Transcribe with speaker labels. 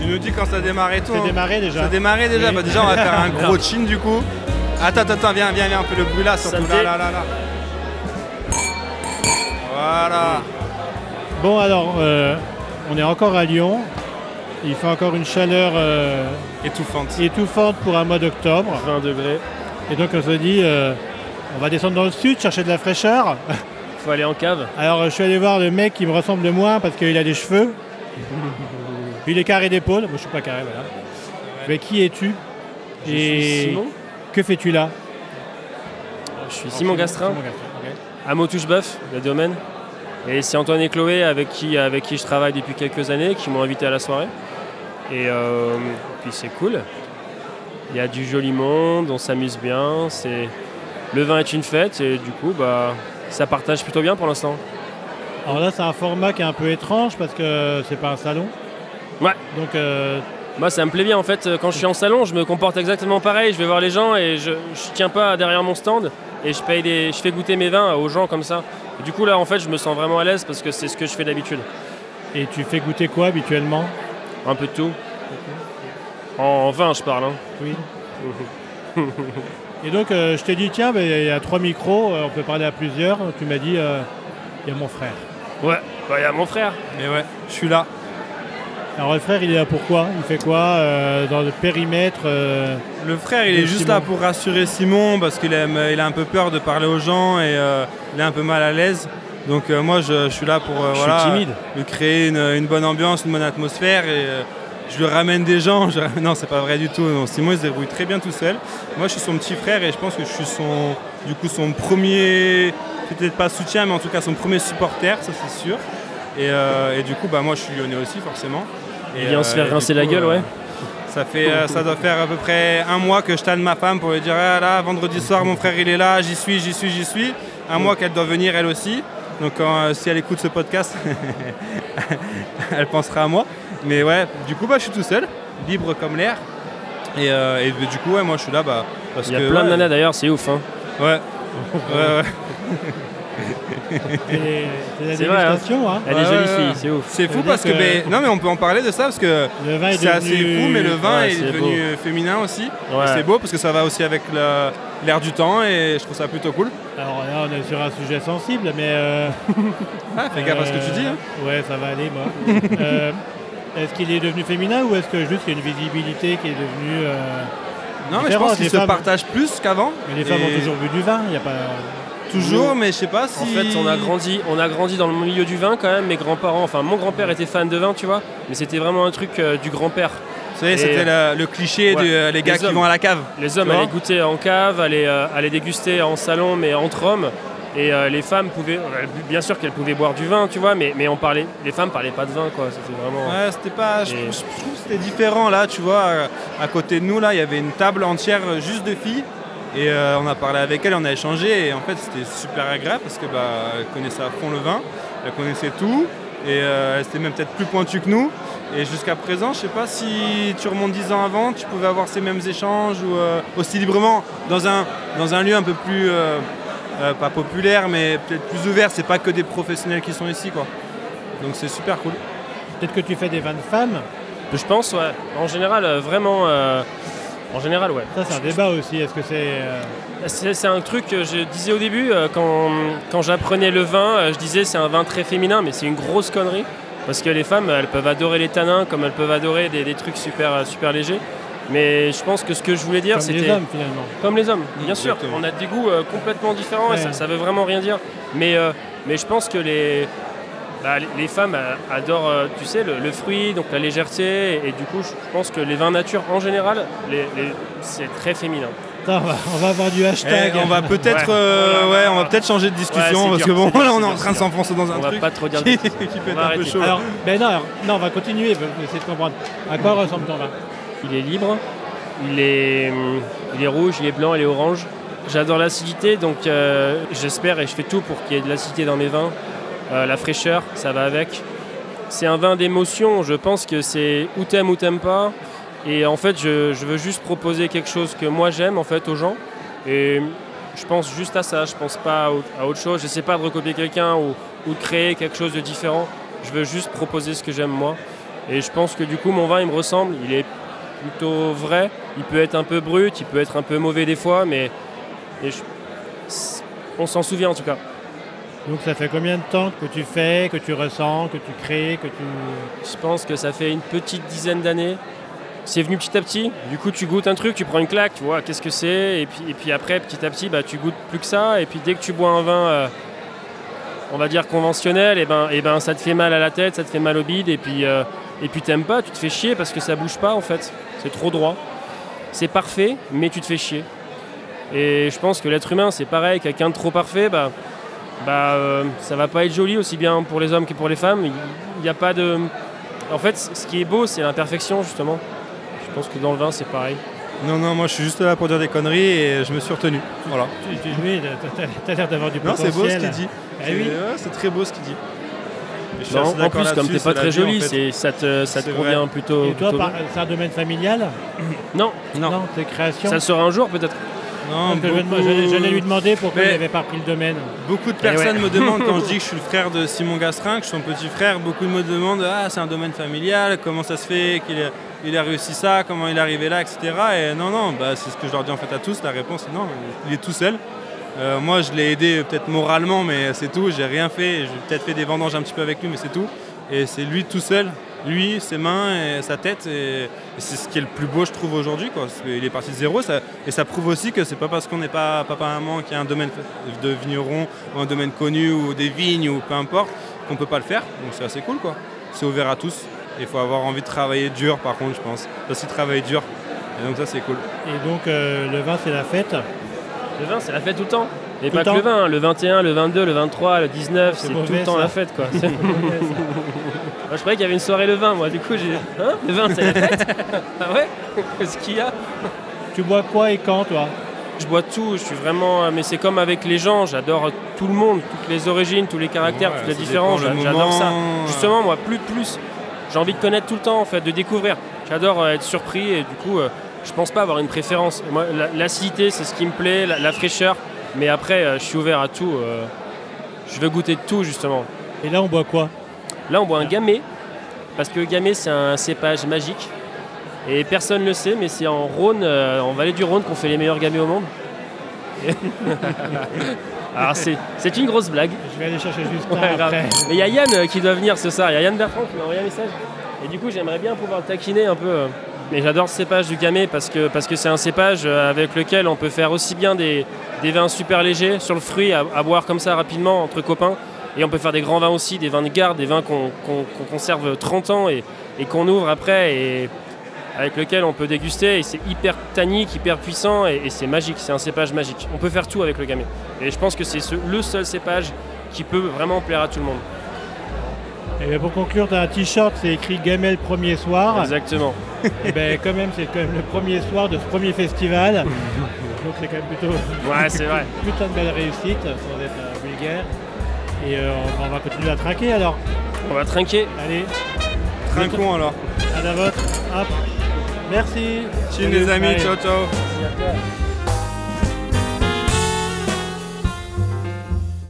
Speaker 1: Tu nous dis quand ça démarre et tout.
Speaker 2: C'est
Speaker 1: hein.
Speaker 2: démarré déjà.
Speaker 1: Ça démarrait déjà.
Speaker 2: Oui.
Speaker 1: Bah, déjà, on va faire un gros chin du coup. Attends, attends, attends, viens, viens, viens, un peu le bruit là, surtout
Speaker 2: fait-
Speaker 1: là, là, là, là. Voilà.
Speaker 2: Bon alors, euh, on est encore à Lyon. Il fait encore une chaleur euh,
Speaker 1: Étouffante.
Speaker 2: étouffante pour un mois d'octobre.
Speaker 3: 20 degrés.
Speaker 2: Et donc on se dit, euh, on va descendre dans le sud chercher de la fraîcheur.
Speaker 3: Faut aller en cave.
Speaker 2: Alors euh, je suis allé voir le mec qui me ressemble le moins parce qu'il a des cheveux. Puis il est carré d'épaule. Moi je suis pas carré, voilà. Mais qui es-tu
Speaker 3: Je
Speaker 2: Et
Speaker 3: suis Simon.
Speaker 2: que fais-tu là
Speaker 3: Je suis Simon Gastrin,
Speaker 2: Simon Gastrin, ok.
Speaker 3: à Montouche-Boeuf, le domaine. Et c'est Antoine et Chloé avec qui, avec qui je travaille depuis quelques années, qui m'ont invité à la soirée. Et euh, puis c'est cool. Il y a du joli monde, on s'amuse bien. C'est le vin est une fête et du coup bah ça partage plutôt bien pour l'instant.
Speaker 2: Alors là c'est un format qui est un peu étrange parce que c'est pas un salon.
Speaker 3: Ouais.
Speaker 2: Donc euh,
Speaker 3: Moi ça me plaît bien en fait. euh, Quand je suis en salon, je me comporte exactement pareil. Je vais voir les gens et je, je tiens pas derrière mon stand et je paye des, je fais goûter mes vins aux gens comme ça. Et du coup là en fait je me sens vraiment à l'aise parce que c'est ce que je fais d'habitude.
Speaker 2: et tu fais goûter quoi habituellement
Speaker 3: Un peu de tout. En, en vin, je parle. hein.
Speaker 2: Oui. Et donc, euh, je t'ai dit, tiens, ben, il y a trois micros, euh, on peut parler à plusieurs. Tu m'as dit, euh, il y a mon frère.
Speaker 3: Ouais, bah, il y a mon frère.
Speaker 1: Mais ouais, je suis là.
Speaker 2: Alors, le frère, il est là pourquoi Il fait quoi euh, dans le périmètre euh,
Speaker 1: Le frère, il est
Speaker 2: De
Speaker 1: juste
Speaker 2: Simon.
Speaker 1: là pour rassurer Simon parce qu'il aime- il a un peu peur de parler aux gens et euh, il est un peu mal à l'aise. Donc euh, moi, je, je suis là pour euh,
Speaker 2: Je suis
Speaker 1: voilà,
Speaker 2: timide.
Speaker 1: lui créer une, une bonne ambiance, une bonne atmosphère et euh, je lui ramène des gens. Je ramène- Non, c'est pas vrai du tout. Non, Simon, il se débrouille très bien tout seul. Moi, je suis son petit frère et je pense que je suis son, du coup, son premier, peut-être pas soutien, mais en tout cas son premier supporter, ça c'est sûr. Et, euh, et du coup, bah, moi, je suis lyonnais aussi, forcément. Et,
Speaker 3: Il vient se faire
Speaker 1: euh, et du
Speaker 3: rincer la gueule, ouais.
Speaker 1: ça, fait, euh, ça doit faire à peu près un mois que je tanne ma femme pour lui dire Ah là, vendredi soir, mon frère il est là, j'y suis, j'y suis, j'y suis. Un mois qu'elle doit venir elle aussi. Donc quand, euh, si elle écoute ce podcast, elle pensera à moi. Mais ouais, du coup, bah, je suis tout seul, libre comme l'air. Et, euh, et du coup, ouais, moi je suis là bah, parce
Speaker 3: Il y a
Speaker 1: que.
Speaker 3: plein de
Speaker 1: ouais,
Speaker 3: nanas d'ailleurs, c'est ouf. hein.
Speaker 1: Ouais. ouais, ouais.
Speaker 2: C'est c'est la
Speaker 3: C'est vrai, hein.
Speaker 2: dégustation, hein.
Speaker 3: Elle
Speaker 1: Ouais,
Speaker 3: est jolie
Speaker 1: ouais, ouais.
Speaker 3: fille, c'est ouf.
Speaker 1: C'est fou
Speaker 2: C'est-à-dire
Speaker 1: parce que.
Speaker 2: que-
Speaker 1: ben, non, mais on peut en parler de ça parce que.
Speaker 2: Le vin est,
Speaker 1: C'est assez
Speaker 2: devenu-
Speaker 1: fou, mais le vin
Speaker 3: Ouais,
Speaker 1: est
Speaker 3: c'est
Speaker 1: devenu féminin aussi.
Speaker 3: Ouais.
Speaker 1: Et c'est beau parce que ça va aussi avec la- l'air du temps et je trouve ça plutôt cool.
Speaker 2: Alors là, on est sur un sujet sensible, mais. euh,
Speaker 1: Ah, fais gaffe à ce que tu dis. hein.
Speaker 2: euh, Ouais, ça va aller, moi. Euh, est-ce qu'il est devenu féminin ou est-ce que juste il y a une visibilité qui est devenue. euh,
Speaker 1: Non, mais je
Speaker 2: différent,
Speaker 1: pense qu'ils
Speaker 2: les
Speaker 1: se
Speaker 2: femmes-
Speaker 1: partagent plus qu'avant.
Speaker 2: Mais les femmes
Speaker 1: Et
Speaker 2: ont toujours bu du vin, il n'y a pas.
Speaker 1: Toujours, mais je sais pas si.
Speaker 3: En fait, on a, grandi, on a grandi dans le milieu du vin quand même. Mes grands-parents, enfin mon grand-père était fan de vin, tu vois, mais c'était vraiment un truc euh, du grand-père.
Speaker 1: Vous savez, c'était
Speaker 3: Et-
Speaker 1: la- le cliché
Speaker 3: Ouais.
Speaker 1: de euh, les gars
Speaker 3: Les
Speaker 1: qui
Speaker 3: hommes.
Speaker 1: vont à la cave.
Speaker 3: Les hommes
Speaker 1: Tu vois
Speaker 3: allaient goûter en cave, allaient, euh, allaient déguster en salon, mais entre hommes. Et euh, les femmes pouvaient, euh, bien sûr qu'elles pouvaient boire du vin, tu vois, mais, mais on parlait, les femmes parlaient pas de vin, quoi. C'était vraiment.
Speaker 1: Ouais, c'était pas. Je,
Speaker 3: Et-
Speaker 1: trouve- je trouve que c'était différent là, tu vois. euh, À côté de nous, là, il y avait une table entière euh, juste de filles. Et euh, on a parlé avec elles, on a échangé. Et en fait, c'était super agréable parce que bah, elles connaissaient à fond le vin, elles connaissaient tout. Et euh, elles étaient même peut-être plus pointues que nous. Et jusqu'à présent, je sais pas si tu remontes 10 ans avant, tu pouvais avoir ces mêmes échanges ou euh, aussi librement dans un, dans un lieu un peu plus. euh, euh, pas populaire, mais peut-être plus ouvert. C'est pas que des professionnels qui sont ici, quoi. Donc c'est super cool.
Speaker 2: Peut-être que tu fais des vins de femmes.
Speaker 3: Je pense, ouais. En général, euh, vraiment. euh, en général, ouais.
Speaker 2: Ça, c'est un débat aussi. Est-ce que c'est. euh,
Speaker 3: C'est c'est un truc que je disais au début, euh, quand, quand j'apprenais le vin, euh, je disais c'est un vin très féminin, mais c'est une grosse connerie. Parce que les femmes, elles peuvent adorer les tanins comme elles peuvent adorer des, des trucs super, euh, super légers. Mais je pense que ce que je voulais dire,
Speaker 2: comme les
Speaker 3: c'était.
Speaker 2: hommes finalement
Speaker 3: Comme les hommes, bien sûr.
Speaker 1: Exactement.
Speaker 3: On a des goûts euh, complètement différents
Speaker 2: Ouais.
Speaker 3: et ça, ça veut vraiment rien dire. Mais, euh, mais je pense que les, bah, les- les femmes euh, adorent, euh, tu sais, le, le fruit, donc la légèreté. Et, et du coup, je je pense que les vins nature en général, les- les- c'est très féminin.
Speaker 2: Putain, on, va, on va avoir du hashtag.
Speaker 1: Eh, on va peut-être
Speaker 3: Ouais.
Speaker 1: euh,
Speaker 3: Voilà.
Speaker 1: ouais, on va peut-être changer de discussion
Speaker 3: Ouais, c'est
Speaker 1: parce
Speaker 3: dur,
Speaker 1: que bon
Speaker 3: c'est dur,
Speaker 1: là on
Speaker 3: c'est
Speaker 1: est en
Speaker 3: dur,
Speaker 1: train de
Speaker 3: c'est dur.
Speaker 1: s'enfoncer dans un
Speaker 3: On va
Speaker 1: truc
Speaker 3: pas trop dire de
Speaker 1: qui,
Speaker 3: bêtises.
Speaker 1: qui peut
Speaker 3: On
Speaker 1: être
Speaker 3: va
Speaker 1: un peu
Speaker 3: arrêter.
Speaker 1: chaud.
Speaker 2: Alors, ben non, alors, non, on va continuer, on va essayer de comprendre. À quoi ressemble ton vin
Speaker 3: Il est libre, il est, hum, il est rouge, il est blanc, il est orange. J'adore l'acidité, donc euh, j'espère et je fais tout pour qu'il y ait de l'acidité dans mes vins. Euh, la fraîcheur, ça va avec. C'est un vin d'émotion, je pense que c'est ou t'aimes ou t'aimes pas. Et en fait, je, je veux juste proposer quelque chose que moi j'aime en fait aux gens. Et je pense juste à ça, je pense pas à au- à autre chose. J'essaie pas de recopier quelqu'un ou, ou de créer quelque chose de différent. Je veux juste proposer ce que j'aime moi. Et je pense que du coup, mon vin, il me ressemble. Il est plutôt vrai. Il peut être un peu brut, il peut être un peu mauvais des fois, mais mais je- on s'en souvient en tout cas.
Speaker 2: Donc ça fait combien de temps que tu fais, que tu ressens, que tu crées, que tu...
Speaker 3: Je pense que ça fait une petite dizaine d'années. C'est venu petit à petit. Du coup, tu goûtes un truc, tu prends une claque, tu vois, qu'est-ce que c'est et puis, et puis après, petit à petit, bah, tu goûtes plus que ça. Et puis dès que tu bois un vin, euh, on va dire conventionnel, et ben, et ben, ça te fait mal à la tête, ça te fait mal au bide. Et puis, euh, et puis t'aimes pas, tu te fais chier parce que ça bouge pas en fait. C'est trop droit. C'est parfait, mais tu te fais chier. Et je pense que l'être humain, c'est pareil. Quelqu'un de trop parfait, bah, bah, euh, ça va pas être joli aussi bien pour les hommes que pour les femmes. Il n'y a pas de. En fait, c- ce qui est beau, c'est l'imperfection, justement. Je pense que dans le vin, c'est pareil.
Speaker 1: Non, non, moi je suis juste là pour dire des conneries et je me suis retenu. Voilà.
Speaker 2: tu, tu oui, t'as- t'as- t'as l'air d'avoir du
Speaker 1: Non,
Speaker 2: potentiel.
Speaker 1: c'est beau ce qu'il dit.
Speaker 2: Ah
Speaker 3: Eh
Speaker 1: C'est-
Speaker 2: oui.
Speaker 1: ouais, c'est très beau ce qu'il dit. Et je suis
Speaker 3: Non,
Speaker 1: assez
Speaker 3: en
Speaker 1: d'accord
Speaker 3: plus, comme
Speaker 1: là-dessus,
Speaker 3: t'es pas
Speaker 1: c'est la
Speaker 3: très
Speaker 1: vie, en
Speaker 3: joli,
Speaker 1: fait.
Speaker 3: c'est- ça te, ça te
Speaker 1: C'est
Speaker 3: convient
Speaker 1: vrai.
Speaker 3: plutôt.
Speaker 2: Et toi,
Speaker 3: plutôt
Speaker 2: par-
Speaker 3: bien.
Speaker 2: c'est un domaine familial
Speaker 3: Non,
Speaker 1: Non.
Speaker 2: tes créations
Speaker 3: ça le sera un jour peut-être.
Speaker 1: Non,
Speaker 2: Parce que je vais-
Speaker 1: beaucoup-
Speaker 2: j'allais- J'allais lui demander pourquoi
Speaker 1: Mais-
Speaker 2: il n'avait pas pris le domaine.
Speaker 1: Beaucoup de
Speaker 3: Eh ouais.
Speaker 1: personnes me demandent quand je dis que je suis le frère de Simon Gastrin, que je suis son petit frère, beaucoup de me demandent ah c'est un domaine familial, comment ça se fait qu'il a, il a réussi ça, comment il est arrivé là, etc. Et non non, bah, c'est ce que je leur dis en fait à tous. La réponse est non, il est tout seul. Euh, moi je l'ai aidé euh, peut-être moralement, mais c'est tout. J'ai rien fait. J'ai peut-être fait des vendanges un petit peu avec lui, mais c'est tout. Et c'est lui tout seul, lui, ses mains et sa tête. Et, et c'est ce qui est le plus beau je trouve aujourd'hui. Quoi. Parce qu'il est parti de zéro. ça- et ça prouve aussi que c'est pas parce qu'on n'est pas papa maman qui a un domaine de vigneron ou un domaine connu ou des vignes ou peu importe qu'on peut pas le faire. Donc c'est assez cool quoi. C'est ouvert à tous. Il faut avoir envie de travailler dur par contre je pense. Parce qu'il travaille dur. Et donc ça c'est cool.
Speaker 2: Et donc, euh, le vin, c'est la fête.
Speaker 3: Le vin, c'est la fête tout le temps. Et
Speaker 2: Tout
Speaker 3: pas
Speaker 2: le
Speaker 3: que
Speaker 2: temps.
Speaker 3: le vin, hein. le 21, le 22, le 23, le 19,
Speaker 2: C'est
Speaker 3: c'est tout
Speaker 2: mauvais,
Speaker 3: le temps
Speaker 2: ça.
Speaker 3: la fête quoi. C'est- Moi, je croyais qu'il y avait une soirée le vin, moi du coup j'ai. Hein Le vin, c'est la fête Ah ouais Qu'est-ce qu'il y a
Speaker 2: Tu bois quoi et quand, toi
Speaker 3: Je bois tout, je suis vraiment. euh, Mais c'est comme avec les gens, j'adore tout le monde, toutes les origines, tous les caractères,
Speaker 1: Ouais,
Speaker 3: toutes les
Speaker 1: ça
Speaker 3: différences,
Speaker 1: dépend le
Speaker 3: j'a- j'adore ça.
Speaker 1: moment, ouais.
Speaker 3: Justement, moi, plus, plus, j'ai envie de connaître tout le temps, en fait, de découvrir. J'adore euh, être surpris et du coup, euh, je pense pas avoir une préférence. Moi, la- l'acidité, c'est ce qui me plaît, la, la fraîcheur, mais après, euh, je suis ouvert à tout. euh, je veux goûter de tout, justement.
Speaker 2: Et là, on boit quoi
Speaker 3: Là, on boit un gamay, parce que le gamay, c'est un cépage magique. Et personne ne le sait, mais c'est en Rhône, euh, en vallée du Rhône, qu'on fait les meilleurs gamay au monde. Et- Alors, c'est, c'est une grosse blague.
Speaker 2: Je vais aller chercher Justin
Speaker 3: Ouais, grave.
Speaker 2: après.
Speaker 3: Mais il y a Yann euh, qui doit venir ce soir. Il y a Yann Bertrand qui m'a envoyé un message. Et du coup, j'aimerais bien pouvoir le taquiner un peu. euh. Mais j'adore ce cépage du gamay parce que, parce que c'est un cépage euh, avec lequel on peut faire aussi bien des, des vins super légers sur le fruit à, à boire comme ça rapidement entre copains. Et on peut faire des grands vins aussi, des vins de garde, des vins qu'on qu'on- qu'on conserve 30 ans et, et qu'on ouvre après et avec lequel on peut déguster. Et c'est hyper tannique, hyper puissant et, et c'est magique. C'est un cépage magique. On peut faire tout avec le gamay. Et je pense que c'est ce- le seul cépage qui peut vraiment plaire à tout le monde.
Speaker 2: Et ben, pour conclure, t'as un t-shirt, c'est écrit Gamel premier soir.
Speaker 3: Exactement.
Speaker 2: Et ben, quand même, c'est quand même le premier soir de ce premier festival. Donc c'est quand même plutôt
Speaker 3: Ouais, c'est vrai.
Speaker 2: putain de belle réussite, sans être euh, vulgaire. Et euh, on, va- on va continuer à traquer alors.
Speaker 3: On va trinquer.
Speaker 2: Allez,
Speaker 1: Trinquons alors.
Speaker 2: à la vôtre. Hop. Merci.
Speaker 1: Cheers les
Speaker 2: Salut.
Speaker 1: amis,
Speaker 2: Allez.
Speaker 1: ciao ciao.
Speaker 3: Merci à toi.